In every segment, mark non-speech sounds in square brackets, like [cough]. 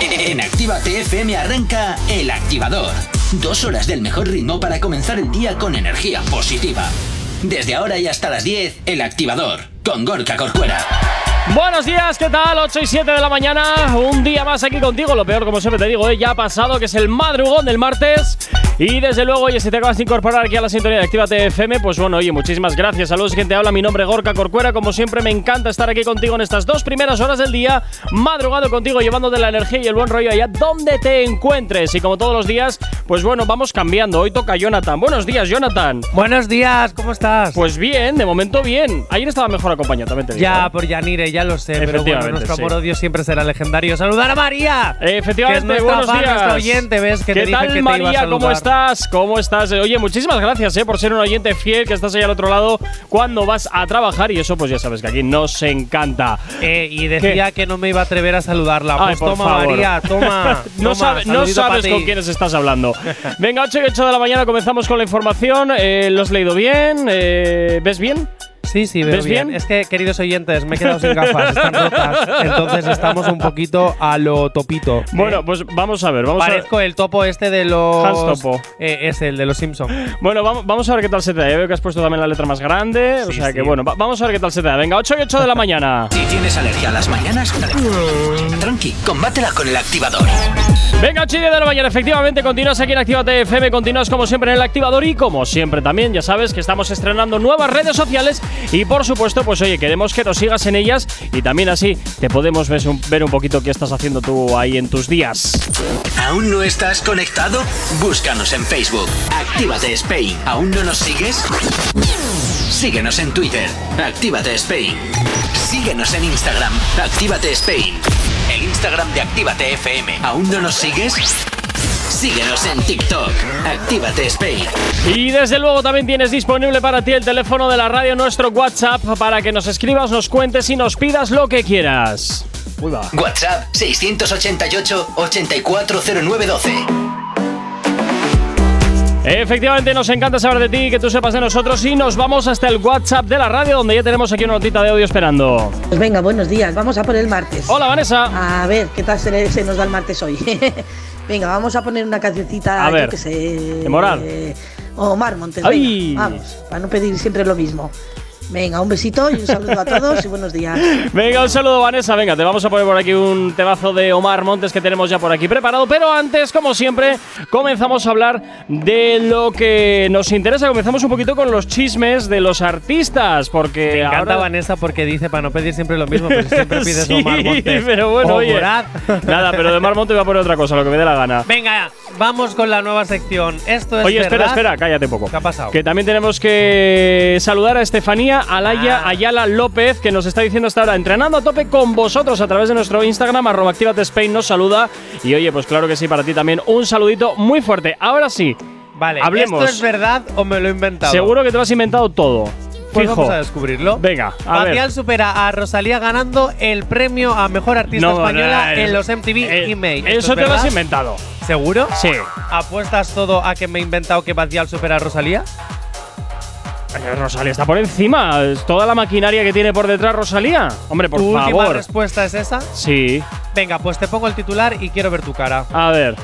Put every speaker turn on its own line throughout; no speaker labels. En Activa TFM arranca El Activador. Dos horas del mejor ritmo para comenzar el día con energía positiva. Desde ahora y hasta las 10, El Activador, con Gorka Corcuera.
Buenos días, ¿qué tal? 8 y 7 de la mañana, un día más aquí contigo. Lo peor, como siempre te digo, ¿eh? ya ha pasado, que es el madrugón del martes. Y desde luego, oye, si te acabas de incorporar aquí a la sintonía de Actívate FM, pues bueno, oye, muchísimas gracias. Saludos, quien te habla, mi nombre es Gorka Corcuera. Como siempre, me encanta estar aquí contigo en estas dos primeras horas del día, madrugado contigo, llevándote la energía y el buen rollo allá donde te encuentres. Y como todos los días, pues bueno, vamos cambiando. Hoy toca Jonathan. Buenos días, Jonathan.
Buenos días, ¿cómo estás?
Pues bien, de momento bien. Ayer estaba mejor acompañado, también te digo,
ya,
¿eh?
por Yanire, ya lo sé, pero bueno,
Efectivamente,
nuestro
sí.
amor odio siempre será legendario. ¡Saludar a María!
Eh, Efectivamente,
que es nuestra
buenos
fan,
días.
nuestra oyente, ¿ves? Que
¿Qué
te dije
tal,
que te iba a
María? ¿Cómo
saludar.
estás? ¿Cómo estás? Eh, Oye, muchísimas gracias eh, por ser un oyente fiel que estás ahí al otro lado cuando vas a trabajar y eso pues ya sabes que aquí nos encanta.
Eh, y decía que no me iba a atrever a saludarla.
Ay,
pues
por
toma,
favor.
María, toma.
[laughs] no,
toma,
sabe- no
saludito pa'
sabes
ti.
con quiénes estás
[laughs]
hablando. Venga, 8 y 8 de la mañana comenzamos con la información. Eh, ¿Lo has leído bien? Eh, ¿Ves bien?
Sí, sí, veo
¿Ves
bien.
bien?
Es que, queridos oyentes, me he quedado sin gafas, están rotas. Entonces estamos un poquito a lo topito.
Bueno,
Eh,
pues vamos a ver. Vamos a ver.
Parezco el topo este de los.
Hans Topo.
Eh, es el de los Simpsons.
Bueno, vamos, vamos a ver qué tal se te da. Ya veo que has puesto también la letra más grande. o
Sí,
sea que
sí.
bueno, va- vamos a ver qué tal se te da. Venga, 8 y 8 de la mañana.
Si tienes alergia a las mañanas, dale. tranqui, combátela con El Activador.
Venga, 8 y 10 de la mañana. Efectivamente, continúas aquí en Actívate FM. Continúas como siempre en el activador. Y como siempre también, ya sabes que estamos estrenando nuevas redes sociales. Y por supuesto, pues oye, queremos que nos sigas en ellas. Y también así te podemos ves un- ver un poquito qué estás haciendo tú ahí en tus días.
¿Aún no estás conectado? Búscanos en Facebook. Actívate Spain. ¿Aún no nos sigues? Síguenos en Twitter. Actívate Spain. Síguenos en Instagram. Actívate Spain. El Instagram de Actívate FM. ¿Aún no nos sigues? Síguenos en TikTok. Actívate Spain.
Y desde luego también tienes disponible para ti el teléfono de la radio, nuestro WhatsApp, para que nos escribas, nos cuentes y nos pidas lo que quieras. Uy, va.
WhatsApp 688 840912.
Efectivamente, nos encanta saber de ti, que tú sepas de nosotros y nos vamos hasta el WhatsApp de la radio donde ya tenemos aquí una notita de audio esperando.
Pues venga, buenos días, vamos a por el martes.
Hola
Ah.
Vanessa.
A ver, ¿qué tal se, se nos da el martes hoy? [laughs] venga, vamos a poner una cancioncita,
A
yo
ver,
qué sé.
de Moral.
eh, Omar Montes,
Ay.
venga, vamos, para no pedir siempre lo mismo. Venga, un besito y un saludo a todos y buenos días.
Venga, un saludo Vanessa. Venga, te vamos a poner por aquí un temazo de Omar Montes que tenemos ya por aquí preparado. Pero antes, como siempre, comenzamos a hablar de lo que nos interesa. Comenzamos un poquito con los chismes de los artistas, porque
Me encanta
ahora-
Vanessa porque dice para no pedir siempre lo
[laughs]
mismo, pero siempre pides
Sí,
Omar
[laughs]
Montes. Oh,
pero bueno,
O
oye.
Morat.
[laughs] Nada, pero de Omar Montes voy a poner otra cosa, lo que me dé la gana.
Venga, vamos con la nueva sección. Esto es
Oye, espera,
verdad.
espera, cállate un poco.
¿Qué ha pasado?
Que también tenemos que saludar a Estefanía Alaya
Ah.
Ayala López, que nos está diciendo hasta ahora, entrenando a tope con vosotros a través de nuestro Instagram, arroba Actívate Spain, nos saluda. Y oye, pues claro que sí, para ti también un saludito muy fuerte. Ahora sí,
Vale,
hablemos.
¿esto es verdad o me lo he inventado?
seguro que te lo has inventado todo.
Pues
Fijo.
vamos a descubrirlo.
Venga, a ver.
Batial supera a Rosalía ganando el premio a mejor artista
No, no,
española
no, no,
en
no.
los MTV
Eh,
Image. ¿Esto
Eso
es
te lo has
verdad?
inventado.
¿Seguro?
Sí.
¿Apuestas todo a que me he inventado que Batial supera a Rosalía?
Eh, Rosalía está por encima. Es Toda la maquinaria que tiene por detrás Rosalía. Hombre, por
¿Tu última
favor.
respuesta es esa?
Sí.
Venga, pues te pongo el titular y quiero ver tu cara.
A ver.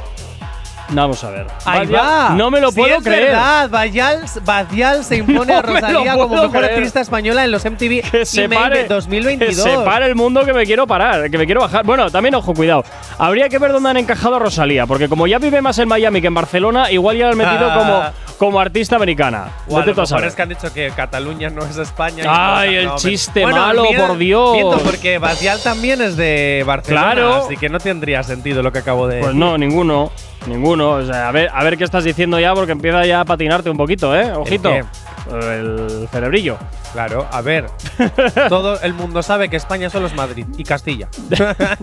Vamos a ver.
Ahí
Vaya,
va.
No me lo
Sí,
puedo
es
creer.
Verdad. Badial, Badial
[laughs]
se impone a
No me lo
Rosalía como
puedo
mejor
creer.
artista española en los
[laughs]
MTV
Que se
Image
pare.
de 2022.
Que se pare el mundo que me quiero parar, que me quiero bajar. Bueno, también ojo, cuidado. Habría que ver dónde han encajado a Rosalía, porque como ya vive más en Miami que en Barcelona, igual ya la han metido
Ah.
como, como artista americana.
O a
Vete
lo
tú a
mejor
saber.
es que han dicho que Cataluña no es España. y
Ay,
cosas,
el
no,
chiste
hombre.
malo, por Dios.
miento, porque Badial también es de Barcelona.
Claro.
Así que no tendría sentido lo que acabo de
Pues no, ninguno. Ninguno. O sea, a ver, a ver qué estás diciendo ya, porque empieza ya a patinarte un poquito, ¿eh? Ojito.
qué?
El cerebrillo.
Claro,
[laughs]
a ver. todo el mundo sabe que España solo es Madrid y Castilla.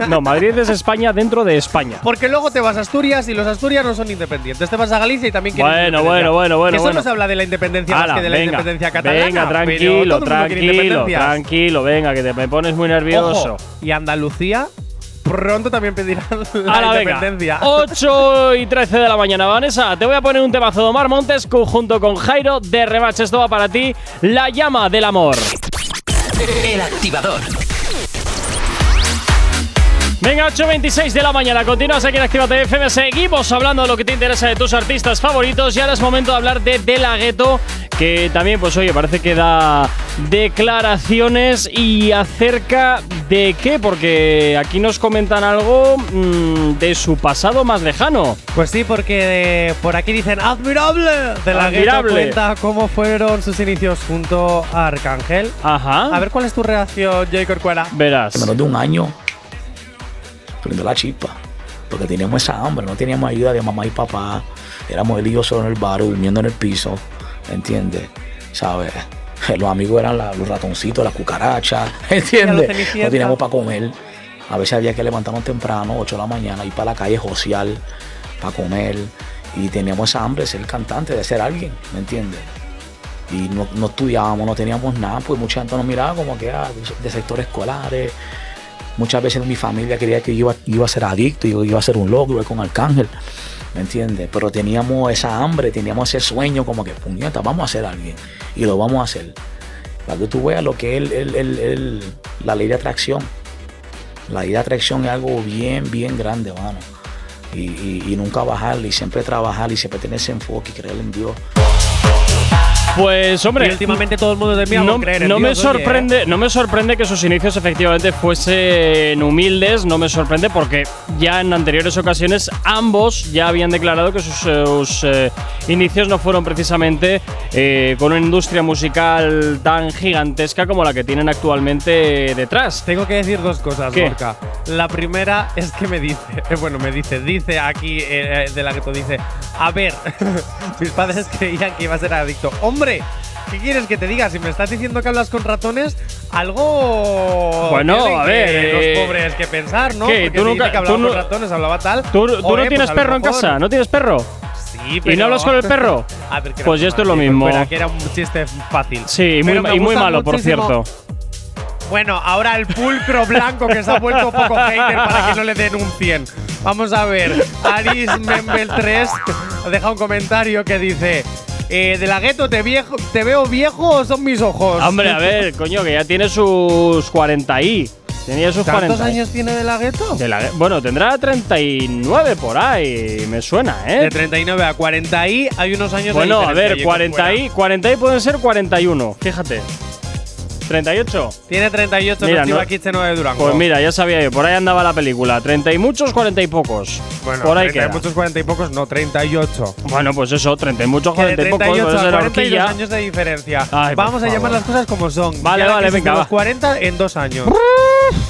No, Madrid es España dentro de España.
Porque luego te vas a Asturias y los Asturias no son independientes. Te vas a Galicia y también quieren
Bueno,
independencia.
bueno, bueno, bueno,
Que solo
bueno.
se habla de la independencia más
Ala,
que de la independencia catalana.
Venga,
pero
tranquilo,
todo el mundo quiere
tranquilo,
independencias.
tranquilo, venga, que te me pones muy nervioso.
Ojo, y Andalucía pronto también pedirá la
Ala, venga.
independencia.
8 y 13 de la mañana, Vanessa. Te voy a poner un temazo de Omar Montes co- junto con Jairo de Remache. Esto va para ti, La Llama del Amor.
El Activador.
Venga, 8.26 de la mañana. Continúas aquí en Actívate FM. Seguimos hablando de lo que te interesa de tus artistas favoritos. Y ahora es momento de hablar de De La Ghetto, que también, pues oye, parece que da declaraciones y acerca de qué, porque aquí nos comentan algo mm, de su pasado más lejano.
Pues sí, porque eh, por aquí dicen admirable. De la Guetta
Admirable.
cuenta cómo fueron sus inicios junto a Arcángel.
Ajá.
A ver cuál es tu reacción, J. Corcuera.
verás.
en menos de un año prende la chispa. Porque teníamos esa hambre, no teníamos ayuda de mamá y papá. Éramos él y yo solo en el bar, durmiendo en el piso, ¿entiendes? ¿Sabes? [laughs] Los amigos eran la- los ratoncitos, las cucarachas, [laughs] ¿entiendes?
Cenicienta.
No teníamos para comer. A veces había que levantarnos temprano, 8 de la mañana, ir para la calle social para comer. Y teníamos esa hambre de ser cantante, de ser alguien, ¿me entiendes? y no, no estudiábamos, no teníamos nada, pues mucha gente nos miraba como que era de sector escolares. Muchas veces mi familia creía que iba, iba a ser adicto, yo iba a ser un loco, igual con Arcángel, ¿me entiendes? Pero teníamos esa hambre, teníamos ese sueño como que, puñeta, vamos a ser alguien y lo vamos a hacer. Para que tú veas lo que es el- el- el- el- la ley de atracción. La ley de atracción es algo bien, bien grande, mano. Y, y- y nunca bajarle, y siempre trabajar, y siempre tener ese enfoque y creer en Dios.
Pues hombre,
Y últimamente todo el mundo te mira
no,
con creer en
no me
Dios, oye, ¿eh?
sorprende, no me sorprende que sus inicios efectivamente fuesen humildes, no me sorprende porque ya en anteriores ocasiones ambos ya habían declarado que sus, sus, eh, inicios no fueron precisamente eh, con una industria musical tan gigantesca como la que tienen actualmente detrás.
Tengo que decir dos cosas,
¿Qué?
Gorka. La primera es que me dice, eh, bueno, me dice, dice aquí eh, eh, de la que tú dice, a ver, [laughs] mis padres creían que iba a ser adicto. Hombre, ¿qué quieres que te diga? Si me estás diciendo que hablas con ratones, algo.
Bueno,
tienen
a
que
ver, eh,
los pobres que pensar, ¿no?
¿qué?
Porque
Tú
se
nunca-
dice que hablaba
tú no-
con ratones, hablaba tal.
¿Tú, tú
Joder,
no
pues
tienes
a lo
perro en
mejor-
casa? ¿No tienes perro?
Sí,
¿Y no hablas con el perro?
A ver, que era
Pues
muy
ya esto es
mal,
lo
sí,
mismo.
Corcuera, que era un chiste fácil.
Sí, y muy,
Pero me
y muy
gusta
malo, por
muchísimo
cierto.
bueno, ahora el pulcro blanco que se ha vuelto un poco hater para que no le den un 100. Vamos a ver, Aris Membel 3 deja un comentario que dice, eh, de la gueto te, viejo, te veo viejo o son mis ojos.
Hombre, a ver, coño, que ya tiene sus 40 y. Tenía sus 40.
¿Cuántos años tiene de la gueto?
De la- bueno, tendrá 39 por ahí, me suena, ¿eh?
De 39 a 40 y hay unos años de
bueno, a
diferencia,
ver,
yo
40
creo
y, 40 y pueden ser 41, fíjate. 38.
que fuera. Tiene 38
Mira,
mira, no,
no-
Kitchen de Durango.
Pues mira, ya sabía yo, por ahí andaba la película. 30 y muchos, 40 y pocos.
bueno,
por ahí
30 y
queda.
muchos 40 y pocos, no, 38.
Bueno, pues eso, 30 y muchos,
Que de
40 y pocos,
38
puede
a
ser
42
horquilla.
años de diferencia.
Ay, por
Vamos a llamar
favor.
las cosas como son.
Vale,
Ya la
vale,
que se hizo
venga,
los
va.
40 en dos años.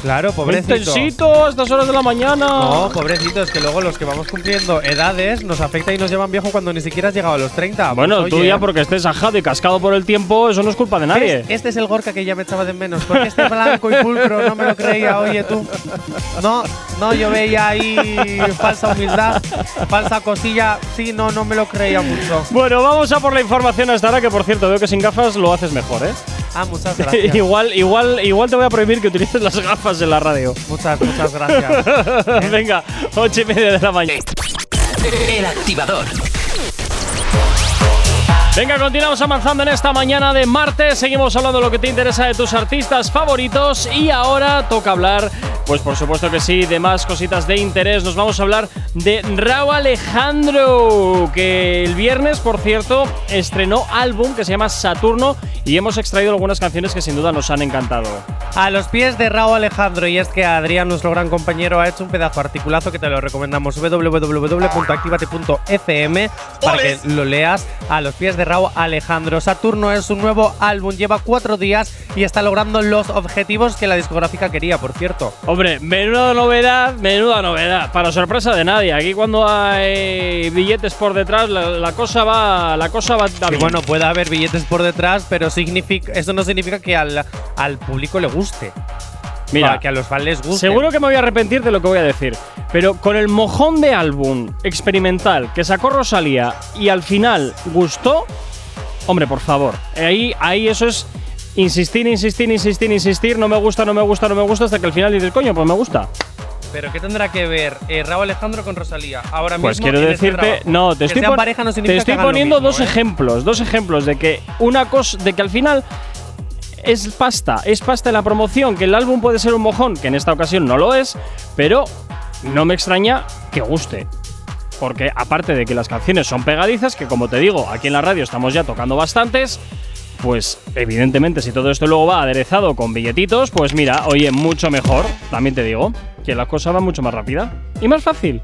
claro, pobrecito.
Intensito a estas horas de la mañana.
No, pobrecito, es que luego los que vamos cumpliendo edades nos afecta y nos llevan viejo cuando ni siquiera has llegado a los 30.
bueno,
Pues,
tú
oye,
ya porque estés ajado y cascado por el tiempo, eso no es culpa de nadie.
¿ves? Este es el Gorka que ya me echaba de menos. Porque este blanco y pulcro no me lo creía, oye tú. No, no, yo veía ahí falsa humildad, falsa cosilla. Sí, no, no me lo creía mucho.
Bueno, vamos a por la información hasta ahora, que por cierto, veo que sin gafas lo haces mejor, ¿eh?
Ah, muchas gracias.
igual, igual, igual te voy a prohibir que utilices las gafas en la radio.
Muchas, muchas gracias.
[laughs] Venga, ocho y media de la mañana.
El activador.
Venga, continuamos avanzando en esta mañana de martes. Seguimos hablando de lo que te interesa de tus artistas favoritos. Y ahora toca hablar, pues por supuesto que sí, de más cositas de interés. Nos vamos a hablar de Raúl Alejandro, que el viernes, por cierto, estrenó álbum que se llama Saturno. Y hemos extraído algunas canciones que sin duda nos han encantado.
A los pies de Raúl Alejandro, y es que Adrián, nuestro gran compañero, ha hecho un pedazo articulazo que te lo recomendamos: www.activate.fm para que lo leas. A los pies de Raúl Alejandro. Saturno es un nuevo álbum, lleva cuatro días y está logrando los objetivos que la discográfica quería, por cierto.
Hombre, menuda novedad, menuda novedad. Para sorpresa de nadie. Aquí cuando hay billetes por detrás, la, la cosa va, la cosa va. a
Y
mil.
bueno, puede haber billetes por detrás, pero significa, eso no significa que al, al público le guste.
mira,
que a los fans les guste.
seguro que me voy a arrepentir de lo que voy a decir, pero con el mojón de álbum experimental que sacó Rosalía y al final gustó, hombre, por favor. Ahí, ahí eso es insistir, insistir, insistir, insistir. No me gusta, no me gusta, no me gusta hasta que al final dices, coño, pues me gusta.
Pero ¿qué tendrá que ver eh, Raúl Alejandro con Rosalía? Ahora
Pues
mismo.
quiero
en este
decirte,
trabajo.
no, te
Que
estoy,
sean
pon-
pareja no
te
significa que
estoy
hagan lo ¿eh?
poniendo
mismo,
dos
¿eh?
ejemplos, dos ejemplos de que una cosa, de que al final es pasta, es pasta en la promoción, que el álbum puede ser un mojón, que en esta ocasión no lo es, pero no me extraña que guste. Porque aparte de que las canciones son pegadizas, que como te digo, aquí en la radio estamos ya tocando bastantes, pues evidentemente si todo esto luego va aderezado con billetitos, pues mira, oye, mucho mejor, también te digo, que la cosa va mucho más rápida y más fácil.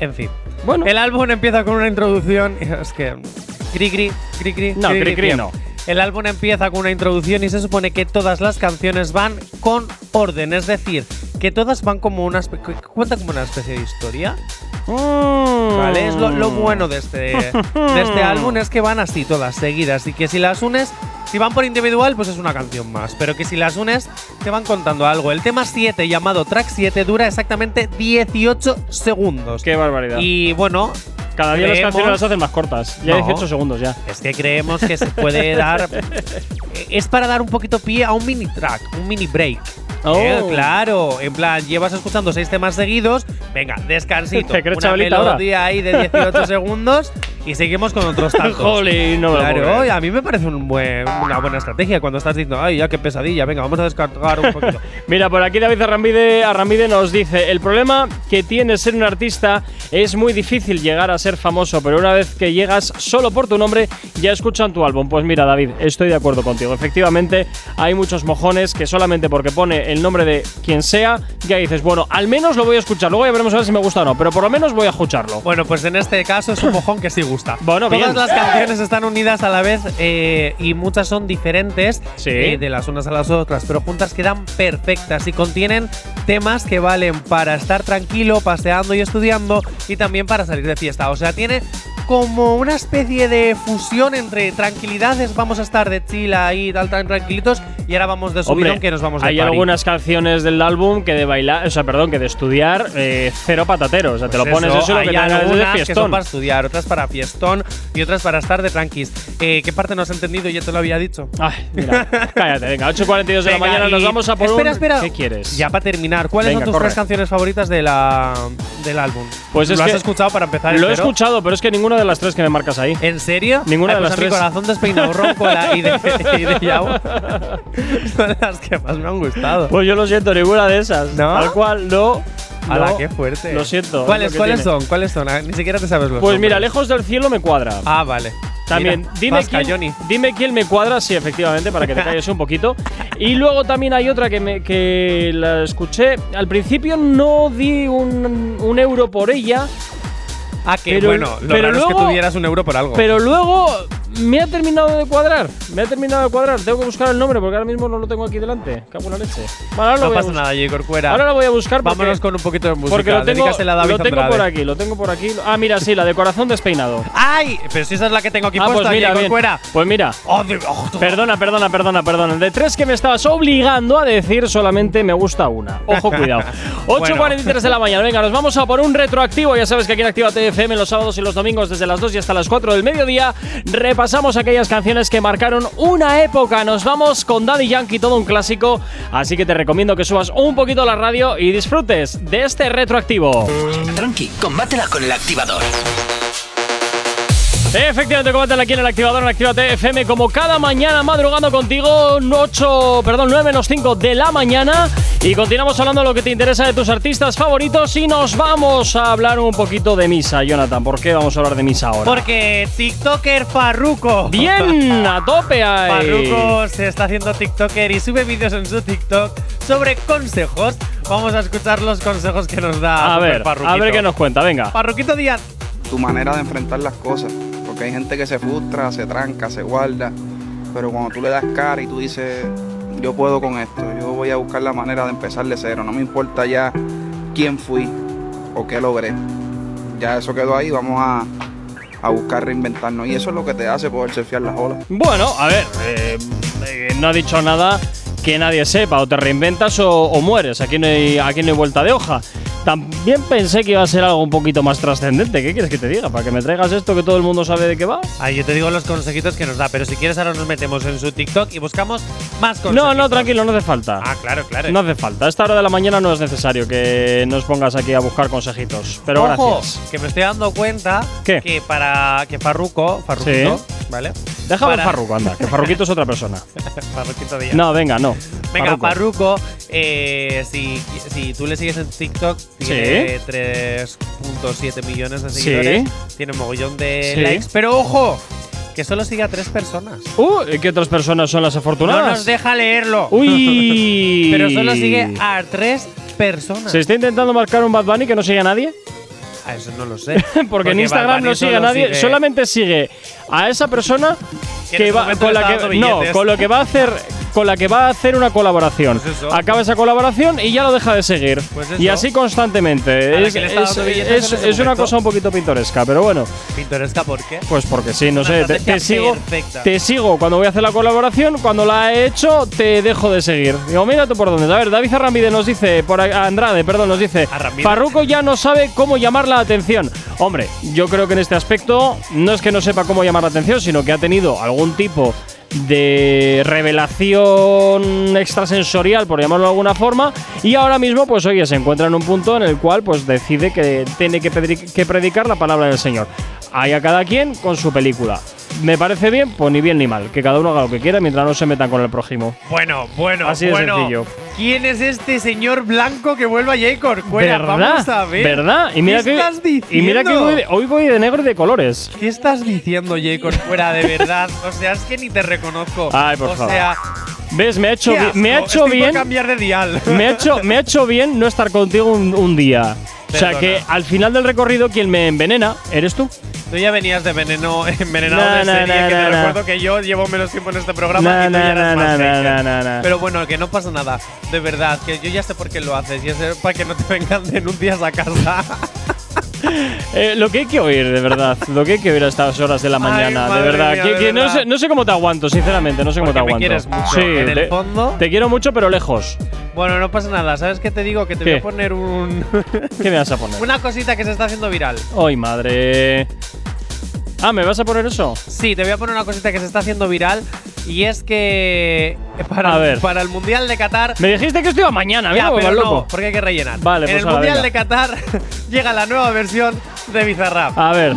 En fin.
Bueno.
El álbum empieza con una introducción. [laughs] Es que. Cri, cri, cri, cri.
No, cri, cri, no.
El álbum empieza con una introducción y se supone que todas las canciones van con orden. Es decir, que todas van como una. espe- cu- Cuenta como una especie de historia. ¿Vale? Es lo, lo
Mm.
bueno de este, de este álbum es que van así todas seguidas. Y que si las unes, si van por individual, pues es una canción más. Pero que si las unes, te van contando algo. El tema 7, llamado track 7, dura exactamente 18 segundos.
Qué barbaridad.
Y bueno,
Cada día las
creemos-
canciones las hacen más cortas. Ya
No.
18 segundos ya.
es que creemos que se puede dar. Es para dar un poquito pie a un mini track, un mini break.
Oh.
Eh, claro, en plan, llevas escuchando seis temas seguidos. Venga,
[laughs]
descansito.
¿Te crees,
una
chavalita, ahora?
melodía ahí de
[laughs]
18 segundos y seguimos con otros tantos.
Jolín, no me lo puedo
Claro,
creer.
y a mí me parece un buen- una buena estrategia cuando estás diciendo, ay, ya qué pesadilla, venga, vamos a descargar un poquito.
[laughs] Mira, por aquí David Arrambide, Arrambide nos dice, el problema que tiene ser un artista es muy difícil llegar a ser famoso, pero una vez que llegas solo por tu nombre, ya escuchan tu álbum. Pues mira, David, estoy de acuerdo contigo. Efectivamente, hay muchos mojones que solamente porque pone el nombre de quien sea, ya dices, bueno, al menos lo voy a escuchar, luego ya veremos a ver si me gusta o no, pero por lo menos voy a escucharlo.
Bueno, pues en este caso es un mojón que sí gusta.
Bueno,
Todas
bien.
las canciones están unidas a la vez eh, y muchas son diferentes
Sí.
eh, de las unas a las otras, pero juntas quedan perfectas y contienen temas que valen para estar tranquilo, paseando y estudiando y también para salir de fiesta. O sea, tiene como una especie de fusión entre tranquilidades, vamos a estar de chill ahí, tal, tan tranquilitos y ahora vamos de subidón
Hombre,
que nos vamos de
hay
party.
algunas canciones del álbum que de bailar, o sea, perdón, que de estudiar, eh, cero patatero. O sea, te lo
Pues
pones eso, y lo que
hay
te dan ganas es de
algunas que son
fiestón.
para estudiar, otras para fiestón y otras para estar de tranquis. Eh, ¿Qué parte no has entendido? Ya te lo había dicho.
Ay, mira, cállate, venga, 8.42 de la
Venga,
mañana, nos
y-
vamos a por
espera,
un-
espera.
¿Qué quieres?
Ya para terminar, ¿cuáles
Venga,
son tus
corre.
tres canciones favoritas de la, del álbum?
Pues es
¿Lo
que-
has escuchado para empezar?
Lo he
espero?
escuchado, pero es que ninguna de las tres que me marcas ahí.
¿En serio?
Ninguna
Ay,
de
pues
las
a mi
tres.
corazón despeinado ronco la- y de, y de Yao.
[laughs]
Son las que más me han gustado.
Pues yo lo siento, ninguna de esas.
¿No?
Tal cual, no.
Ala,
no.
qué fuerte.
Lo siento.
¿Cuáles,
es lo que
¿cuáles
tiene.
son? ¿Cuáles son? Ah, Ni siquiera te sabes los
Pues mira,
nombres.
lejos del cielo me cuadra.
Ah, vale.
También,
Mira,
dime,
Vasca, Johnny.
quién, dime quién me cuadra, sí, efectivamente, para que te calles un poquito. Y luego también hay otra que, me, que la escuché. Al principio no di un, un euro por ella,
Ah, que
Pero-
bueno, lo
pero
raro es que
luego-
tuvieras un euro por algo.
pero luego me ha terminado de cuadrar. Me ha terminado de cuadrar. Tengo que buscar el nombre porque ahora mismo no lo tengo aquí delante. Cago en la leche. Bueno, ahora lo
no
voy a
pasa
bus-
nada, J. Corcuera.
Ahora lo voy a buscar porque,
Vámonos con un poquito de música.
porque lo tengo,
Dedícasela a David
lo tengo
Andrade.
por aquí, lo tengo por aquí. Ah, mira, sí, la de corazón
[laughs]
despeinado.
¡Ay! Pero si esa es la que tengo aquí
ah,
puesta,
pues mira,
J.
bien.
Corcuera.
Pues mira.
Oh, de- oh, tú-
Perdona, perdona, perdona, perdona. De tres que me estabas obligando a decir, solamente me gusta una. Ojo, cuidado. 8.43 de la mañana. Venga, nos vamos a por un retroactivo. Ya sabes que aquí en Activa TFM los sábados y los domingos desde las 2 y hasta las 4 del mediodía repasamos aquellas canciones que marcaron una época. Nos vamos con Daddy Yankee, todo un clásico. Así que te recomiendo que subas un poquito la radio y disfrutes de este retroactivo.
Tranqui, combátela con el activador.
Eh, Efectivamente, coméntala aquí en el activador en Actívate FM, como cada mañana madrugando contigo, 8, perdón, 9 menos 5 de la mañana. Y continuamos hablando de lo que te interesa de tus artistas favoritos y nos vamos a hablar un poquito de misa, Jonathan. ¿Por qué vamos a hablar de misa ahora?
Porque TikToker Farruko.
Bien, a tope ahí.
[laughs] Farruko se está haciendo TikToker y sube vídeos en su TikTok sobre consejos. Vamos a escuchar los consejos que nos da
A
Super
ver,
Farruquito.
a ver qué nos cuenta, venga.
Farruquito Díaz.
tu manera de enfrentar las cosas. Porque hay gente que se frustra, se tranca, se guarda. Pero cuando tú le das cara y tú dices, yo puedo con esto, yo voy a buscar la manera de empezar de cero. No me importa ya quién fui o qué logré. Ya eso quedó ahí, vamos a, a buscar reinventarnos. Y eso es lo que te hace poder surfear las olas.
Bueno, a ver, eh, eh, no ha dicho nada que nadie sepa, o te reinventas o, o mueres, aquí no, hay, aquí no hay vuelta de hoja. También pensé que iba a ser algo un poquito más trascendente, ¿qué quieres que te diga? ¿Para que me traigas esto que todo el mundo sabe de qué va?
Ay, yo te digo los consejitos que nos da, pero si quieres ahora nos metemos en su TikTok y buscamos más consejos.
No, no, tranquilo, no hace falta.
Ah, claro, claro.
No hace falta, a esta hora de la mañana no es necesario que nos pongas aquí a buscar consejitos, pero
Ojo,
gracias.
que me estoy dando cuenta
¿Qué?
que para que Farruko, Farruquito,
Sí.
¿vale?
Déjame
Para- [laughs]
Farruco, anda, que Farruquito es otra persona.
Parruquito Díaz.
No, venga, no.
Venga,
Farruko.
Parruco, eh, si, si tú le sigues en TikTok, tiene 3.7 millones de
Sí.
seguidores. Tiene un mogollón de
Sí.
likes. Pero ojo, que solo sigue a tres personas.
Uh, ¿qué otras personas son las
No
afortunadas?
nos deja leerlo.
Uy.
[laughs] Pero solo sigue a tres personas.
¿Se está intentando marcar un Bad Bunny que no sigue a nadie?
Ah, eso no lo sé.
[laughs] Porque, en Instagram no sigue a nadie. Solamente sigue a esa persona
Que
que,
en ese
va
momento
con
le
la
está
que
dando
no,
billetes.
con lo que va a hacer con la que va a hacer una colaboración.
Pues eso.
Acaba esa colaboración y ya lo deja de seguir.
Pues
y
eso.
así constantemente.
A la
Es,
que le está
es-
dando billetes
es-
en ese
es una
momento.
cosa un poquito pintoresca, pero bueno.
Pintoresca, ¿por qué?
Pues porque sí, no
Una
sé, te,
estrategia
te sigo,
perfecta.
te sigo cuando voy a hacer la colaboración, cuando la he hecho te dejo de seguir. Digo, mira tú por dónde. A ver, David Arrambide nos dice, por a- Andrade, perdón, nos dice,
Arrambide.
Farruco ya no sabe cómo llamar la atención. Hombre, yo creo que en este aspecto no es que no sepa cómo llamar la atención, sino que ha tenido algún tipo de revelación extrasensorial, por llamarlo de alguna forma, y ahora mismo, pues oye, se encuentra en un punto en el cual pues decide que tiene que, pedri- que predicar la palabra del Señor. Hay a cada quien con su película. ¿Me parece bien? Pues ni bien ni mal. Que cada uno haga lo que quiera mientras no se metan con el prójimo.
Bueno, bueno,
Así de
bueno.
sencillo.
¿Quién es este señor blanco que vuelve a Jacob? Cuera? Vamos a ver.
¿Verdad? Y mira
¿Qué
que,
estás
y mira que
diciendo?
voy de- hoy voy de negro y de colores.
¿Qué estás diciendo, Jacob? Fuera de verdad. O sea, es que ni te reconozco.
Ay, por
o
favor.
sea,
¿Ves? Me ha hecho,
qué
bi- me ha
asco. Este
hecho
Estoy por
bien.
cambiar de dial.
Me ha hecho, me ha hecho bien no estar contigo un, un día. O sea
Perdona.
que al final del recorrido quien me envenena eres tú.
[laughs] Tú ya venías de veneno [laughs] envenenado
No,
de
no,
serie,
no,
que te
no, no.
recuerdo que yo llevo menos tiempo en este programa
No,
y tú
no,
ya eras
no,
más
no,
hater.
no, no, no.
Pero bueno, que no pasa nada. De verdad, que yo ya sé por qué lo haces. Y es eh, para que no te [laughs] vengan denuncias a casa. [laughs]
Eh, lo que hay que oír, de verdad. lo que hay que oír a estas horas de la
Ay,
mañana, de
madre
verdad.
mía,
Que-
de
que No,
verdad.
sé, no sé cómo te aguanto, sinceramente. No sé cómo
Porque
te
me
aguanto.
quieres mucho,
Sí,
en el
te-
fondo.
Te quiero mucho, pero lejos.
bueno, no pasa nada. ¿Sabes qué te digo? Que te voy
¿Qué?
a poner un
¿Qué me vas a poner?
una cosita que se está haciendo viral.
¡Ay, madre! Ah, ¿me vas a poner eso?
Sí, te voy a poner una cosita que se está haciendo viral. Y es que para,
A ver.
para el Mundial de Qatar
Me dijiste que esto iba mañana, mira,
Ya,
me
pero
vas
no,
loco.
porque hay que rellenar.
Vale,
en
pues
el
a la venga.
Mundial de Qatar [laughs] llega la nueva versión de Bizarrap.
A ver.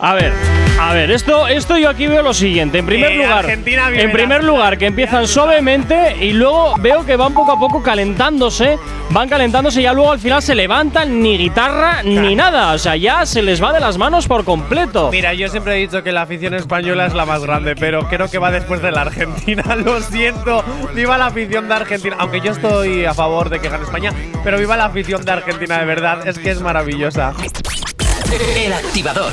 A ver, a ver, esto, esto yo aquí veo lo siguiente. En primer
Eh,
lugar,
Argentina vive
en primer
la-
lugar que empiezan suavemente y luego veo que van poco a poco calentándose, van calentándose y ya luego al final se levantan ni guitarra ni nada, o sea, ya se les va de las manos por completo.
Mira, yo siempre he dicho que la afición española es la más grande, pero creo que va después de la Argentina. [laughs] Lo siento. Viva la afición de Argentina. Aunque yo estoy a favor de que gane España, pero viva la afición de Argentina, de verdad. Es que es maravillosa.
El activador.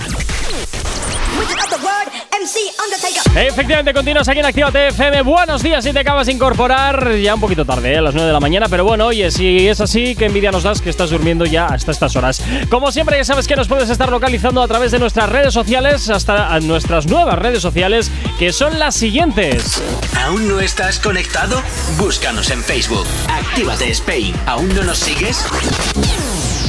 Wizard of the word, MC Undertaker.
Efectivamente, continuas aquí en Actívate FM. Buenos días si te acabas de incorporar. Ya un poquito tarde, ¿eh? a las 9 de la mañana. Pero bueno, oye, si es así, qué envidia nos das que estás durmiendo ya hasta estas horas. Como siempre, ya sabes que nos puedes estar localizando a través de nuestras redes sociales, hasta a nuestras nuevas redes sociales, que son las siguientes.
¿Aún no estás conectado? Búscanos en Facebook. Actívate Spain. ¿Aún no nos sigues?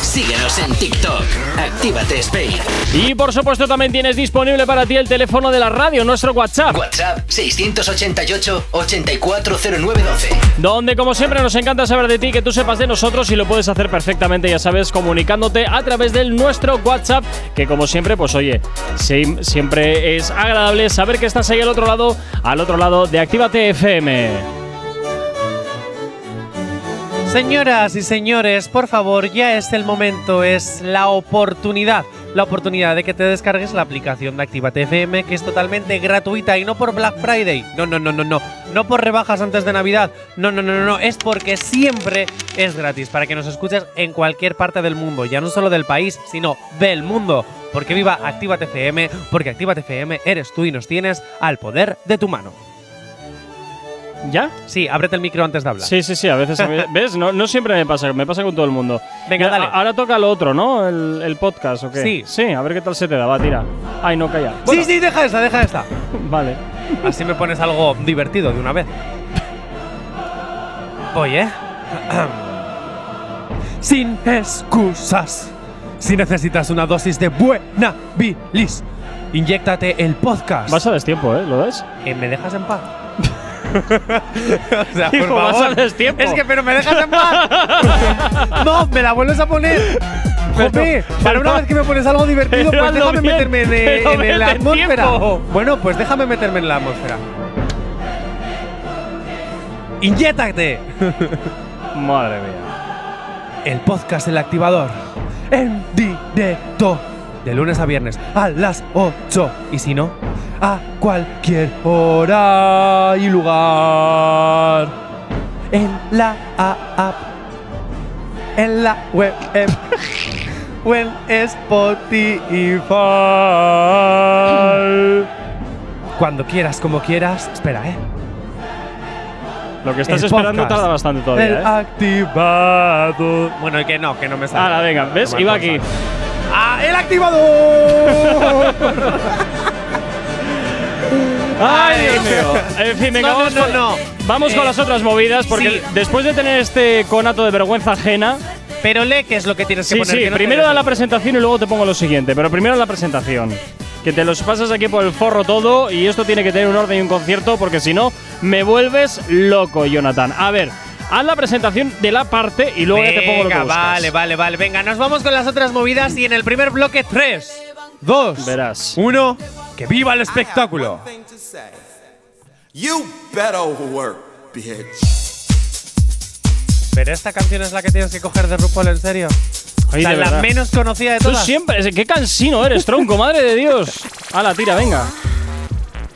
Síguenos en TikTok. Actívate Spain.
Y por supuesto, también tienes disponible para ti el teléfono de la radio, nuestro WhatsApp.
WhatsApp 688 840912.
donde como siempre nos encanta saber de ti, que tú sepas de nosotros y lo puedes hacer perfectamente, ya sabes, comunicándote a través del nuestro WhatsApp, que como siempre, pues oye, sí, siempre es agradable saber que estás ahí al otro lado, al otro lado de Actívate FM.
Señoras y señores, por favor, ya es el momento, es la oportunidad. La oportunidad de que te descargues la aplicación de Actívate FM, que es totalmente gratuita y no por Black Friday. No, no, no, no, no. No por rebajas antes de Navidad. No, no, no, no, no. Es porque siempre es gratis para que nos escuches en cualquier parte del mundo. Ya no solo del país, sino del mundo. porque viva Actívate FM, porque Actívate FM eres tú y nos tienes al poder de tu mano.
¿Ya?
Sí, ábrete el micro antes de hablar.
Sí, sí, sí, a veces.
[laughs]
a mí- ¿Ves? No, no siempre me pasa, me pasa con todo el mundo.
Venga,
Ya,
dale.
a- Ahora toca lo otro, ¿no? El, el podcast, ¿o qué?
Sí.
Sí, a ver qué tal se te da, va, tira. Ay, no, calla.
sí, sí, deja esta, deja esta.
Vale.
Así me pones algo divertido de una vez. Voy, ¿eh? Sin excusas. Si necesitas una dosis de buena bilis, inyéctate el podcast.
Vas a destiempo, ¿eh? ¿Lo ves?
Eh, ¿Me dejas en paz? [laughs] o sea,
Hijo, vas a destiempo.
Es que, pero me dejas
[laughs]
en paz. no, me la vuelves a poner.
Pero-
Jope, para una
pero-
vez que me pones algo divertido,
pero
pues
hazlo
déjame
bien,
meterme en, eh,
pero
en el- la
vete en
atmósfera.
tiempo.
Bueno, pues déjame meterme en la atmósfera. Inyéctate
Madre mía.
el podcast El Activador en directo de lunes a viernes a las 8 y si no, a cualquier hora y lugar en la app, en la web em, o en Spotify. Cuando quieras, como quieras, espera, ¿eh?
Lo que estás
El
esperando
podcast.
tarda bastante todavía,
El
¿eh?
activado. Bueno, y que no, que no me sale.
Ahora, venga, ¿ves?
Toma,
Iba
cosa.
aquí.
¡Ah, el activador!
¡Ay, Dios mío! En fin, venga,
No, no,
vamos,
no,
con,
no.
vamos con
Eh,
las otras movidas, porque
sí.
después de tener este conato de vergüenza ajena.
[laughs] Pero lee qué es lo que tienes que
Sí,
poner.
sí,
que no
primero
te-
da la presentación y luego te pongo lo siguiente, pero primero la presentación. Que te los pasas aquí por el forro todo y esto tiene que tener un orden y un concierto porque si no, me vuelves loco, Jonathan. A ver, haz la presentación de la parte y luego ya te pongo lo que
Venga,
buscas.
vale, vale, vale. Venga, nos vamos con las otras movidas y en el primer bloque 3, 2,
Verás.
1. ¡Que viva el espectáculo!
You better work, bitch.
Pero esta canción es la que tienes que coger de RuPaul, en serio.
Ay,
O sea,
de
la
verdad.
menos conocida de
Tú
todas.
siempre, qué cansino eres, tronco, madre de Dios. A la tira, venga.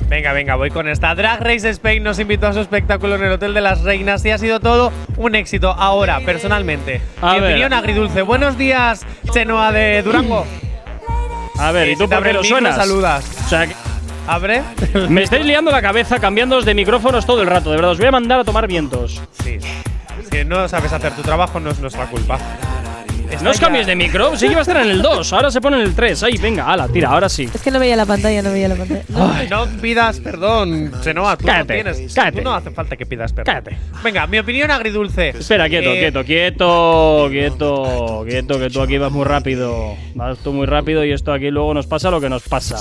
Venga, venga, voy con esta. Drag Race Spain nos invitó a su espectáculo en el Hotel de las Reinas y ha sido todo un éxito. Ahora, personalmente,
A
mi
ver.
opinión agridulce. Buenos días, Chenoa de Durango.
A ver,
Sí,
¿y tú
si Eh, te
por
abre
qué
el
lo
micro,
suenas?
saludas.
O sea, que-
¿Abre?
me estáis liando la cabeza cambiándoos de micrófonos todo el rato, de verdad. Os voy a mandar a tomar vientos.
sí. Si no sabes hacer tu trabajo, no es nuestra culpa. Está
No os
ya-
cambiéis de micro, sí que iba a estar en el 2, ahora se pone en el 3. Ahí, venga, ala, tira, ahora sí.
[laughs] Es que no veía la pantalla, no veía la pantalla. No.
Ah.
No pidas perdón, Chenoa, tú
Cállate,
no tienes.
cállate.
tú no hace falta que pidas perdón.
Cállate.
Venga, mi opinión agridulce.
Espera, quieto,
Eh,
quieto, quieto, quieto, quieto, que tú aquí vas muy rápido. Vas tú muy rápido y esto aquí luego nos pasa lo que nos pasa.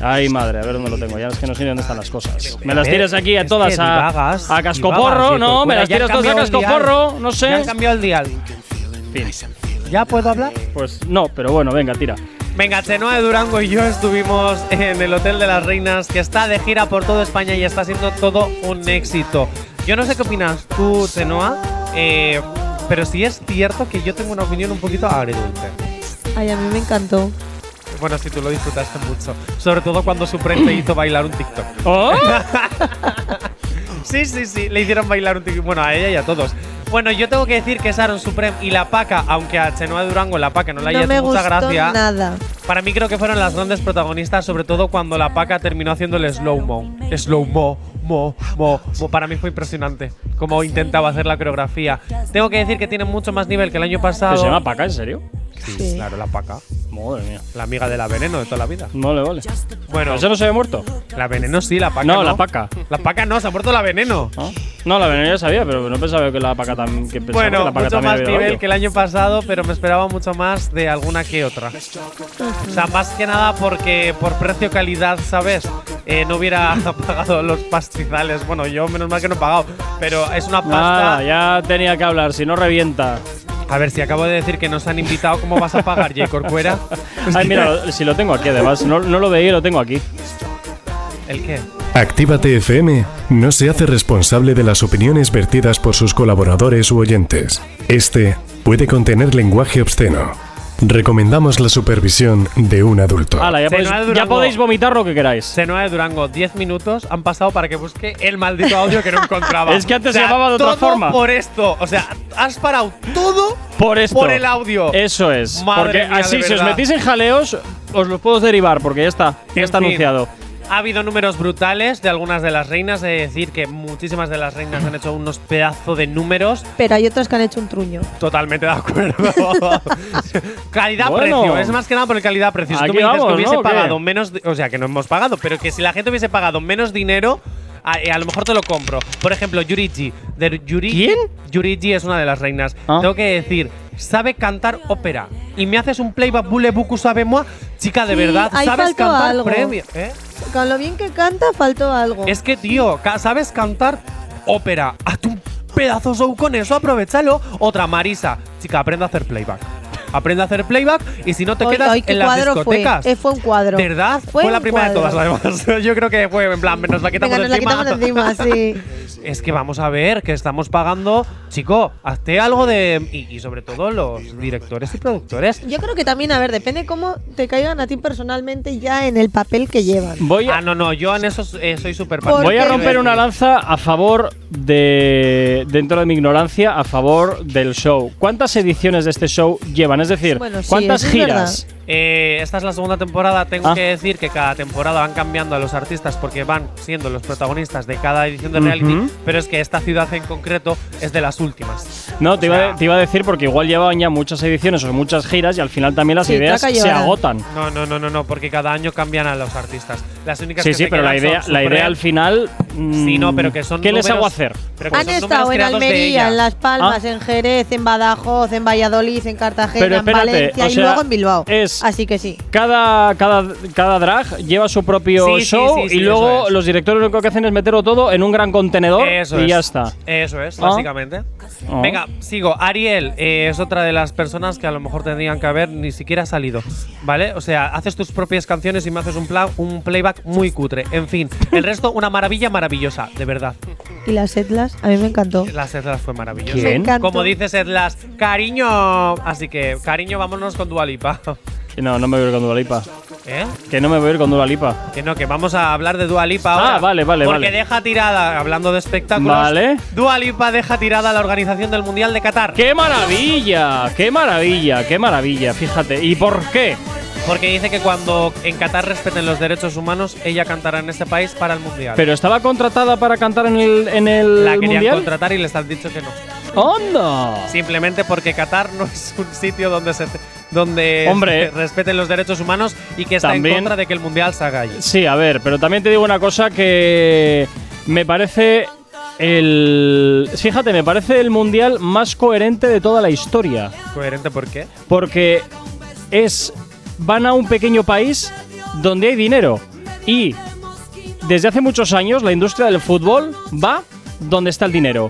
Ay, madre, a ver dónde lo tengo. Ya es que no sé ni dónde están las cosas. Me las
ver,
tiras aquí
es
a
que
todas a,
divagas,
a
divagas,
cascoporro,
y
¿no? Me
tortura.
las
Ya han
tiras todas a
cambiado el
cascoporro,
dial.
no
Ya
sé.
han cambiado el dial.
En fin,
¿Ya puedo hablar?
pues no, pero bueno, venga, tira.
Venga, Chenoa de Durango y yo estuvimos en el Hotel de las Reinas, que está de gira por toda España y está siendo todo un éxito. Yo no sé qué opinas tú, Chenoa, eh, pero sí es cierto que yo tengo una opinión un poquito agridulce.
Ay, a mí me encantó.
Bueno, si tú lo disfrutaste mucho. Sobre todo cuando su te hizo bailar un TikTok.
¡Oh!
[laughs] Sí, sí, sí, le hicieron bailar un tiki. Bueno, a ella y a todos. Bueno, yo tengo que decir que Sharon Supreme y la Paca, aunque a Chenoa Durango la Paca no le
No
haya
pues
me
hecho mucha
gustó
gracia,
nada.
para mí creo que fueron las grandes protagonistas, sobre todo cuando la Paca terminó haciendo el slow-mo. Slow-mo, mo, mo, mo. Para mí fue impresionante cómo intentaba hacer la coreografía. Tengo que decir que tiene mucho más nivel que el año pasado.
¿Se llama Paca, en serio?
Sí.
Claro, la Paca,
Madre mía.
la amiga de la Veneno de toda la vida.
Vale, vale.
Bueno,
¿Ese no se había muerto?
la Veneno sí, la Paca no.
No, la Paca.
La Paca no, se ha muerto la Veneno.
¿No? No, la veneno ya sabía, pero no pensaba que la paca también. Que pensaba que
Bueno,
la paca
mucho
también
más
había
nivel
dado.
que el año pasado, pero me esperaba mucho más de alguna que otra. O sea, más que nada porque por precio-calidad, ¿sabes? Eh, no hubiera [laughs] pagado los pastizales. Bueno, yo menos mal que no he pagado, pero es una
Nada,
pasta.
ya tenía que hablar, si no revienta.
a ver, si acabo de decir que nos han invitado, ¿cómo vas a pagar, J. Corcuera?
Ay, mira,
[laughs]
lo- si lo tengo aquí además, no, no lo veía, lo tengo aquí.
¿El qué?
Actívate FM no se hace responsable de las opiniones vertidas por sus colaboradores u oyentes. Este puede contener lenguaje obsceno, Recomendamos la supervisión de un adulto.
Ala, ya, podéis,
Cenoa de
ya
Durango.
podéis vomitar lo que queráis.
Senoa de Durango, 10 minutos han pasado para que busque el maldito audio que no encontraba.
[laughs] Es que antes se llamaba de otra
todo
forma.
Por esto, o sea, has parado todo
Por esto.
por el audio.
Eso es.
Madre
porque
mía, de
así, si os
verdad.
metís en jaleos, os los puedo derivar, porque ya está. Ya
En
está
fin,
anunciado.
Ha habido números brutales de algunas de las reinas, he de decir que muchísimas de las reinas han hecho unos pedazos de números.
Pero hay otros que han hecho un truño.
Totalmente de acuerdo. [laughs] calidad-precio.
Bueno.
Es más que nada por el calidad-precio. Si tú
Aquí
me dices
vamos,
que hubiese
¿no? ¿O qué?
pagado menos. di- O sea, que no hemos pagado, pero que si la gente hubiese pagado menos dinero. A, eh, a lo mejor te lo compro. Por ejemplo, Yurigi. De Yurigi
¿Quién?
Yurigi es una de las reinas.
Ah.
Tengo que decir, sabe cantar ópera. Y me haces un playback bulebuku sabe moi. Chica, de
Sí,
verdad,
ahí
sabes
faltó
cantar
algo.
premio. ¿eh?
Con lo bien que canta, faltó algo.
Es que, tío, ca- sabes cantar ópera. Hazte un pedazo show con eso, aprovechalo. Otra Marisa, chica, aprende a hacer playback. Aprende a hacer playback y si no te
Hoy-
quedas
hoy, ¿qué
en las
cuadro fue?
discotecas.
Eh, fue un cuadro.
¿Verdad? Fue,
Fue
la
un
primera de
cuadro.
todas, además. [laughs] Yo creo que fue en plan, nos la
Venga,
quitamos
nos
de
la
encima.
quitamos de encima, sí.
[laughs] Es que vamos a ver, que estamos pagando. Chico, hazte algo de. Y, y sobre todo los directores y productores.
Yo creo que también, a ver, depende cómo te caigan a ti personalmente ya en el papel que llevan.
Voy a,
Ah, no, no, yo en eso eh, soy súper
Voy
voy a
porque-
romper una lanza a favor de. Dentro de mi ignorancia, a favor del show. ¿Cuántas ediciones de este show llevan? Es decir,
Bueno, sí,
¿cuántas
eso es
giras?
Eh, esta es la segunda temporada. Tengo
Ah.
que decir que cada temporada van cambiando a los artistas porque van siendo los protagonistas de cada edición de reality.
Ujú.
Pero es que esta ciudad en concreto es de las últimas.
No, te
O
iba,
sea-
te iba a decir porque igual llevan ya muchas ediciones o muchas giras y al final también las
Sí,
ideas
traca
se
llevarán.
agotan.
No, no, no, no, no, porque cada año cambian a los artistas. Las únicas
Sí,
que
sí,
se
pero la
quedan son
idea, la
Supreme.
idea al final. mm,
Sí, no, pero que son.
¿Qué les hago
números-
hacer?
pero que
Han
son números
estado en
creados de
Almería,
ella.
en Las Palmas, en Jerez, en Badajoz, en Valladolid, en Cartagena,
Ah. Pero espérate,
en Valencia
o
y
sea,
luego en Bilbao.
es-
Así que sí.
Cada, cada, cada drag lleva su propio
Sí, sí,
show
sí, sí,
y luego
eso es.
los directores lo único que hacen es meterlo todo en un gran contenedor
Eso
y
es.
ya está.
Eso es,
Ah.
básicamente.
Ah.
Venga, sigo. Ariel eh, es otra de las personas que a lo mejor tendrían que haber ni siquiera salido. ¿Vale? O sea, haces tus propias canciones y me haces un, pla- un playback muy cutre. En fin, el resto, una maravilla maravillosa, de verdad.
Y las Etlas, a mí me encantó.
Las Edlas fue maravillosa.
¿Quién?
Me encantó.
Como dices, Edlas, cariño. Así que, cariño, vámonos con Dualipa.
Que Oh. No, no me voy a ir con Dualipa.
[laughs] ¿Eh?
Que no me voy a ir con Dualipa.
Que no, que vamos a hablar de Dualipa
Ah,
ahora.
vale, vale,
Porque
vale.
deja tirada, hablando de espectáculos.
Vale.
Dualipa deja tirada la organización del Mundial de Qatar.
¡Qué maravilla! ¡Qué maravilla! ¡Qué maravilla! Fíjate. ¿Y por qué?
Porque dice que cuando en Qatar respeten los derechos humanos, ella cantará en este país para el mundial.
¿Pero estaba contratada para cantar en el, en el
la querían
mundial?
contratar y les han dicho que no.
¡Onda!
Simplemente porque Qatar no es un sitio donde se donde
Hombre.
se respeten los derechos humanos y que está
También-
en contra de que el mundial se haga allí.
Sí, a ver, pero también te digo una cosa que me parece el... Fíjate, me parece el mundial más coherente de toda la historia.
Coherente por qué?
Porque es... Van a un pequeño país donde hay dinero. Y desde hace muchos años la industria del fútbol va donde está el dinero.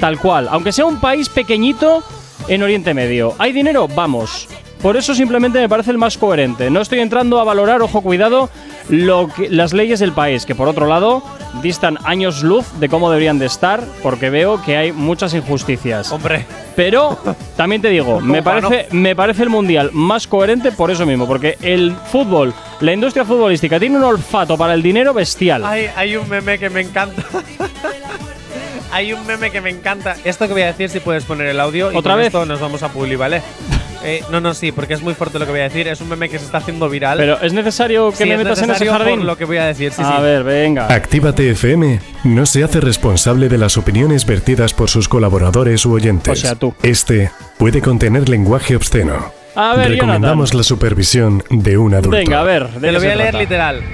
Tal cual. Aunque sea un país pequeñito en Oriente Medio. ¿Hay dinero? Vamos. Por eso simplemente me parece el más coherente. No estoy entrando a valorar, ojo cuidado, lo que- las leyes del país, que por otro lado distan años luz de cómo deberían de estar, porque veo que hay muchas injusticias.
Hombre,
Pero también te digo, me
Opa,
parece, me parece el mundial más coherente por eso mismo, porque el fútbol, la industria futbolística tiene un olfato para el dinero bestial.
hay, hay un meme que me encanta. [laughs] hay un meme que me encanta. Esto que voy a decir, si puedes poner el audio. y
¿Otra
con
vez?
Esto nos vamos a Publi, ¿vale? Eh, no, no, sí, porque es muy fuerte lo que voy a decir. Es un meme que se está haciendo viral.
Pero es necesario que
Sí,
me
es
metas en ese
necesario por
jardín.
lo que voy a decir, sí,
a
sí.
ver, venga.
Actívate FM no se hace responsable de las opiniones vertidas por sus colaboradores u oyentes.
O sea, tú.
Este puede contener lenguaje obsceno.
A ver,
Recomendamos
Jonathan.
la supervisión de un adulto.
Venga, a ver.
Te lo voy a leer literal.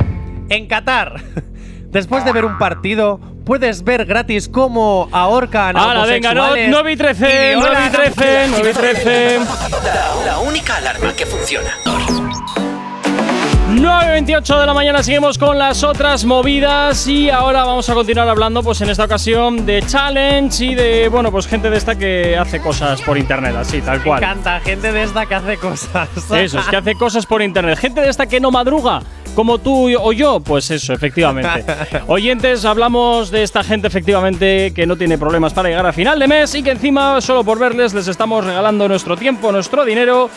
En Qatar, [laughs] después de ver un partido, puedes ver gratis cómo ahorcan a
Ahora, venga, no,
homosexuales
no vi 13,
y
no
violan
vi
a
13, no vi 13.
La, la única alarma que funciona.
9.28 de la mañana seguimos con las otras movidas y ahora vamos a continuar hablando pues en esta ocasión de challenge y de bueno pues gente de esta que hace cosas por internet así tal
Me
cual.
encanta, gente de esta que hace cosas. [laughs]
Eso, es que hace cosas por internet. Gente de esta que no madruga, como tú o yo, pues eso,
[laughs]
efectivamente. Oyentes, hablamos de esta gente efectivamente que no tiene problemas para llegar a final de mes y que encima, solo por verles, les estamos regalando nuestro tiempo, nuestro dinero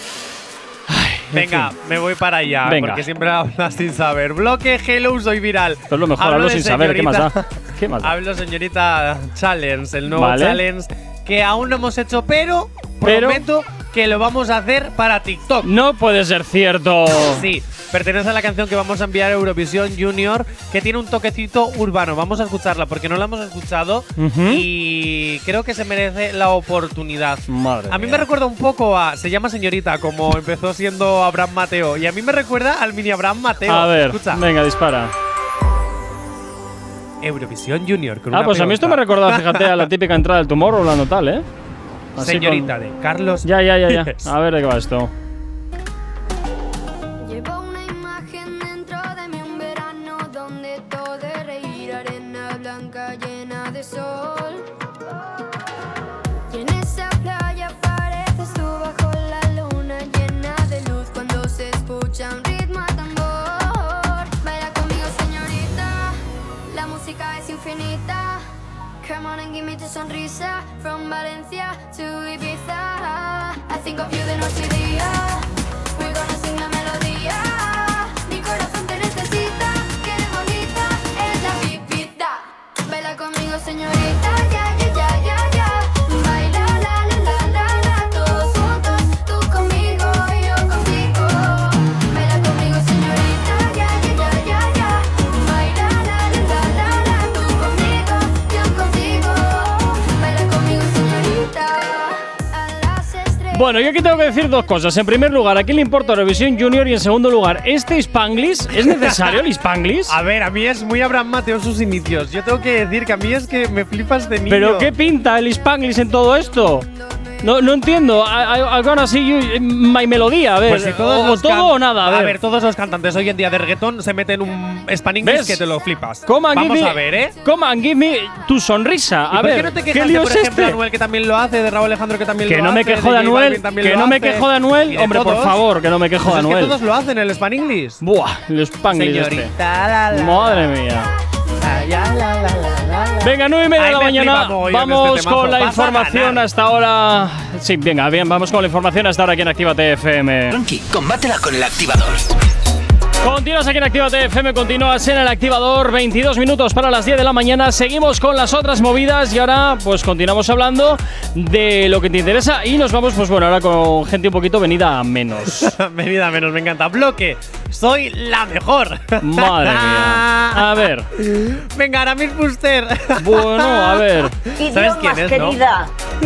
Venga, me voy para allá,
Venga.
porque siempre hablas sin saber. Bloque, hello, soy viral.
Esto es lo mejor, hablo
de
sin saber, ¿qué más
señorita-
da? ¿Qué más da?
Hablo, señorita Challenge, el nuevo
Vale.
challenge que aún no hemos hecho, pero,
Pero-
prometo que lo vamos a hacer para TikTok.
No puede ser cierto.
Sí, pertenece a la canción que vamos a enviar a Eurovisión Junior, que tiene un toquecito urbano. Vamos a escucharla porque no la hemos escuchado
Ujú.
y creo que se merece la oportunidad.
Madre
A mí
mía.
me recuerda un poco a. Se llama Señorita, como empezó siendo Abraham Mateo. Y a mí me recuerda al mini Abraham Mateo.
A ver,
Escucha.
venga, dispara.
Eurovisión Junior. Con
Ah,
una
pues a mí esto me
peonza.
recuerda, fíjate, a la típica entrada del tumor o la notal, ¿eh? Así con-
Señorita de Carlos.
Ya, ya, ya,
[laughs]
ya.
Vives.
A ver de qué va esto.
Llevo una imagen dentro de mí un verano donde todo es reír, arena blanca llena de sol. Y en esa playa apareces tú bajo la luna llena de luz cuando se escucha un ritmo a tambor. Baila conmigo, señorita, la música es infinita. Come on and give me tu sonrisa From Valencia to Ibiza I think of you de noche y día We're gonna sing la melodía Mi corazón te necesita Qué bonita es la pipita Baila conmigo señorita Ya, ya, ya, ya, ya Baila la, la, la, la, la Todos juntos, tú conmigo y yo contigo Baila conmigo señorita Ya, ya, ya, ya, ya Baila la, la, la, la, la Tú conmigo, yo contigo Baila conmigo señorita A las estrellas
Bueno, yo aquí tengo que decir dos cosas. En primer lugar, ¿a quién le importa Eurovisión Junior? Y en segundo lugar, ¿este Spanglish? ¿Es necesario
[laughs]
el Spanglish?
A ver, a mí es muy Abraham Mateo sus inicios. Yo tengo que decir que a mí es que me flipas de niño.
¿Pero qué pinta el Spanglish en todo esto? No, no entiendo. I, I- I'm gonna see you, my melodía, a ver.
Pues si todos
o,
los
todo
can-
o nada, a ver.
todos los cantantes hoy en día de reggaetón se meten un
¿Ves?
Spanglish que te lo flipas.
Come and
Vamos
give me-
a ver, ¿eh?
Come and give me tu sonrisa.
¿Y
A
por
ver,
qué no te quejas de,
lío
por
es
ejemplo,
este?
Anuel, que también lo hace, de Raúl Alejandro, que también
Que
lo
no
hace?
me quejo de
J
Anuel,
Balvin también
que
lo
no me
hace?
quejo de
Y
Anuel. Hombre, por
todos.
favor, que no me
Pues
quejo de
Es que
Anuel.
todos lo hacen, el Spanglish.
Buah, el Spanglish este.
Señorita, la, la,
Madre mía.
la, la, la, la, la, la.
Venga, 9 y media de
Ahí
la
me
mañana.
flipa mogollón
Vamos
este temazo.
con la
Vas a
información
ganar.
hasta ahora. Sí, venga, bien, vamos con la información hasta ahora aquí en Actívate FM.
Tranqui, combátela con el activador.
Continúas aquí en Actívate FM, continúas en el activador. 22 minutos para las 10 de la mañana. Seguimos con las otras movidas y ahora, pues continuamos hablando de lo que te interesa y nos vamos, pues bueno, ahora con gente un poquito venida a menos.
Venida menos, [laughs] me encanta. Bloque, soy la mejor.
Madre
[laughs]
mía. A ver,
Venga, Aramis Fuster. [laughs]
bueno, a ver,
¿Sabes quién es, no?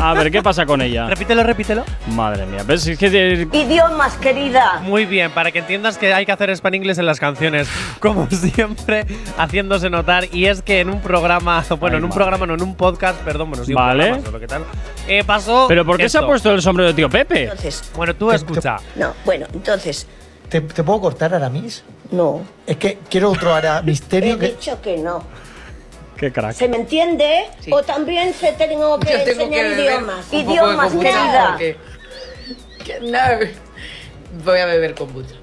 a ver, ¿qué pasa con ella?
Repítelo, repítelo.
Madre mía, ¿ves? Es que eh,
Idiomas, querida.
Muy bien, para que entiendas que hay que hacer span inglés en las canciones, [laughs] como siempre, haciéndose notar. Y es que en un programa, bueno,
Ay,
en un
madre.
programa, no, en un podcast, perdón, bueno, sí, un
Vale.
programa, solo que tal, eh, pasó.
¿Pero por qué se ha
esto.
puesto el sombrero de tío Pepe?
Entonces,
Bueno, tú escucha.
no, bueno, entonces,
¿Te, te puedo cortar Aramis?
no.
Es que quiero otro
[laughs]
ara
He
misterio que.
dicho que no.
Qué crack.
¿Se me entiende? O también
[laughs]
se tengo que enseñar idiomas. Idiomas, querida.
Voy a beber kombucha.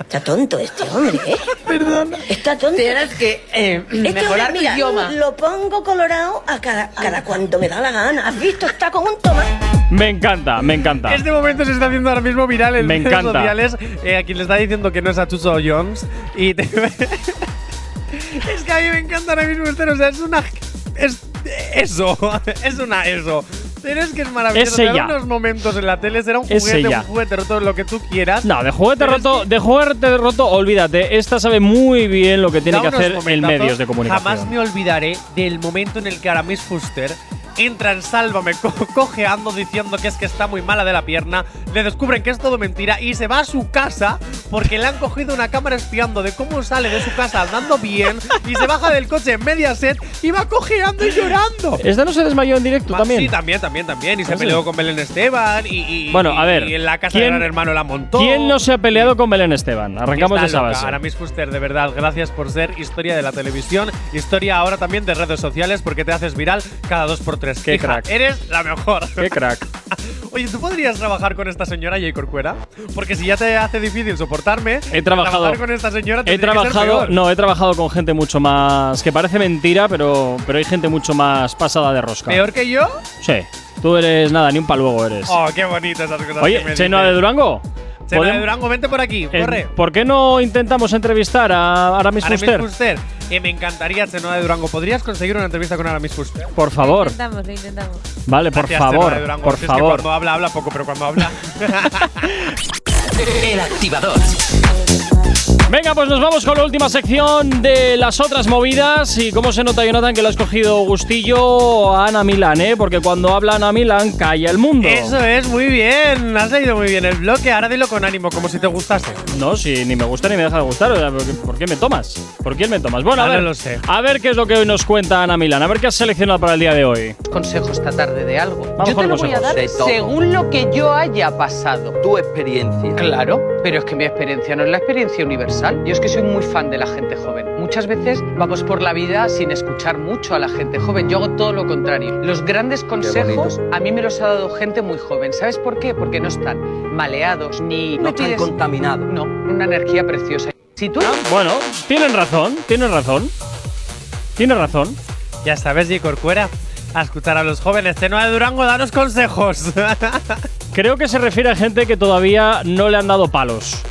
Está tonto este hombre, ¿eh? Perdón. Está tonto.
Tienes que eh, mejorar tu
hombre, mira,
idioma.
Lo pongo colorado a cada, cada cuando me da la gana. ¿Has visto? Está con un tomate.
Me encanta, me encanta.
Este momento se está haciendo ahora mismo viral en
Me
redes
encanta.
sociales. Eh, a quien le está diciendo que no es a Chuso Jones. Y te- [laughs] es que a mí me encanta ahora mismo este, o sea, es una. Es eso, [laughs] es una eso. Pero es que es maravilloso.
Es
Te da
ella.
unos momentos en la tele será un
Es
juguete,
ella.
un juguete, todo lo que tú quieras.
No, de juguete
Pero es
roto, de juguete roto, olvídate. Esta sabe muy bien lo que tiene
Da
que
unos
hacer en
momentazos.
medios de comunicación.
Jamás me olvidaré del momento en el que Aramis Fuster entra en Sálvame co- [laughs] cojeando diciendo que es que está muy mala de la pierna, le descubren que es todo mentira y se va a su casa porque le han cogido una cámara espiando de cómo sale de su casa andando bien y se baja del coche en media set y va cojeando y llorando.
Esta no se desmayó en directo
Ma-
Eh, también.
Sí, también, también, también. Y se
Ah, sí.
peleó con Belén Esteban y, y-
Bueno, a ver,
y en la casa de
¿quién-
Gran Hermano la montó.
¿Quién no se ha peleado con Belén Esteban? Arrancamos de
Está
esa
loca.
base.
Aramis Fuster, de verdad, gracias por ser historia de la televisión, historia ahora también de redes sociales, porque te haces viral cada dos por tres.
Qué
Hija,
crack.
Eres la mejor. [laughs]
Qué crack.
Oye, ¿tú podrías trabajar con esta señora, Jay Corcuera? Porque si ya te hace difícil soportarme,
He trabajado.
trabajar con esta señora
He
tendría que ser
trabajado,
peor.
no, he trabajado con gente mucho más que parece mentira, pero pero hay gente mucho más pasada de rosca.
¿Peor que yo?
Sí. Tú eres nada, ni un paluego eres.
Oh, qué bonitas esas cosas. que
Oye,
me
Chenoa
dices.
de Durango.
Chenoa de
¿podem-
Durango, vente por aquí,
eh,
corre.
¿Por qué no intentamos entrevistar a Aramis
Aramis
Fuster?
Fuster, que me encantaría Chenoa de Durango. ¿Podrías conseguir una entrevista con Aramis Fuster?
Por favor.
intentamos, lo intentamos.
Vale, por
Gracias, Chenoa de
favor,
Durango.
por
Es que
favor.
cuando habla, habla poco, pero
[laughs]
cuando habla.
El activador.
Venga, pues nos vamos con la última sección de las otras movidas. Y cómo se nota, Jonathan, que lo has cogido gustillo a Ana Milán, ¿eh? Porque cuando habla Ana Milán, calla el mundo.
Eso es, muy bien. Has leído muy bien el bloque. Ahora dilo con ánimo, como si te gustase.
No, si ni me gusta ni me deja de gustar. o sea, ¿por qué- ¿Por qué me tomas? ¿Por quién me tomas? Bueno, a
Ah,
ver.
no lo sé.
A ver qué es lo que hoy nos cuenta Ana Milán. A ver qué has seleccionado para el día de hoy.
Consejo esta tarde de algo.
Vamos
yo
con
te lo
los
voy a
consejos.
dar
De todo.
según lo que yo haya pasado. Tu experiencia. Claro, pero es que mi experiencia no es la experiencia universal. Yo es que soy muy fan de la gente joven. Muchas veces vamos por la vida sin escuchar mucho a la gente joven. Yo hago todo lo contrario. Los grandes consejos a mí me los ha dado gente muy joven. ¿Sabes por qué? Porque no están maleados ni no están contaminados. No, una energía preciosa. Si tú
Bueno, tienen razón, tienen razón. Tienes razón.
Ya sabes, J. Corcuera, a escuchar a los jóvenes. Chenoa de Durango, danos consejos. [laughs]
Creo que se refiere a gente que todavía no le han dado palos. ¿eh?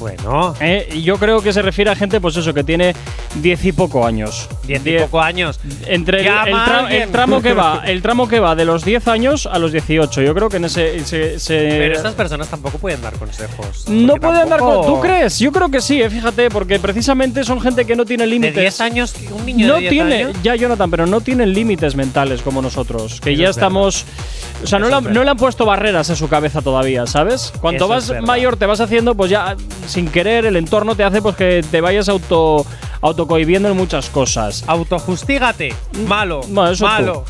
Bueno.
yo creo que se refiere a gente, pues eso, que tiene diez y poco años.
Diez y poco años.
Entre el,
Llama
el
a
tra-
alguien.
el tramo que va,
[laughs]
eh, el tramo que va de los 10 años a los 18. Yo creo que en ese se- se-
Pero estas personas tampoco pueden dar consejos.
no
porque
puede andar con.
tampoco-
¿Tú crees? Yo creo que sí, eh, fíjate, porque precisamente son gente que no tiene límites.
10 años, un niño de ¿eh?
no
10
tiene,
años.
ya Jonathan, pero no tienen límites mentales como nosotros, que
Eso
ya
es verdad.
estamos, o sea, no le, han, no le han puesto barreras a su cabeza todavía, ¿sabes? Cuanto
Eso es
más
verdad.
mayor te vas haciendo, pues ya sin querer el entorno te hace pues que te vayas auto autocohibiendo en muchas cosas.
Autojustígate. Malo.
Bueno, eso tú.
malo.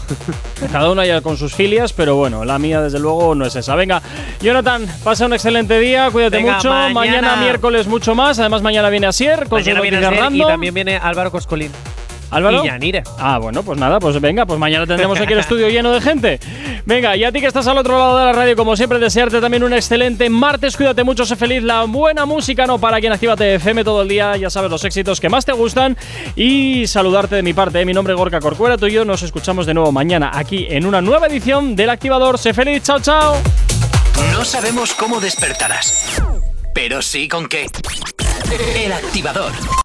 Cada uno ya con sus filias, pero bueno, la mía desde luego no es esa. Venga, Jonathan, pasa un excelente día, cuídate
Venga,
mucho.
mañana.
miércoles mucho más. Además mañana viene Asier con
Mañana
su
viene
noticia
Asier y
random.
también viene Álvaro Coscolín.
Álvaro.
Y Yanire.
Ah, bueno, pues nada, pues venga, pues mañana tendremos aquí el estudio lleno de gente. Venga, y a ti que estás al otro lado de la radio, como siempre, desearte también un excelente martes. Cuídate mucho, sé feliz. La buena música no para quien activa FM todo el día. Ya sabes los éxitos que más te gustan. Y saludarte de mi parte. ¿eh? Mi nombre es Gorka Corcuera. Tú y yo nos escuchamos de nuevo mañana aquí en una nueva edición del Activador. Sé feliz. Chao, chao.
No sabemos cómo despertarás, pero sí con qué. El activador.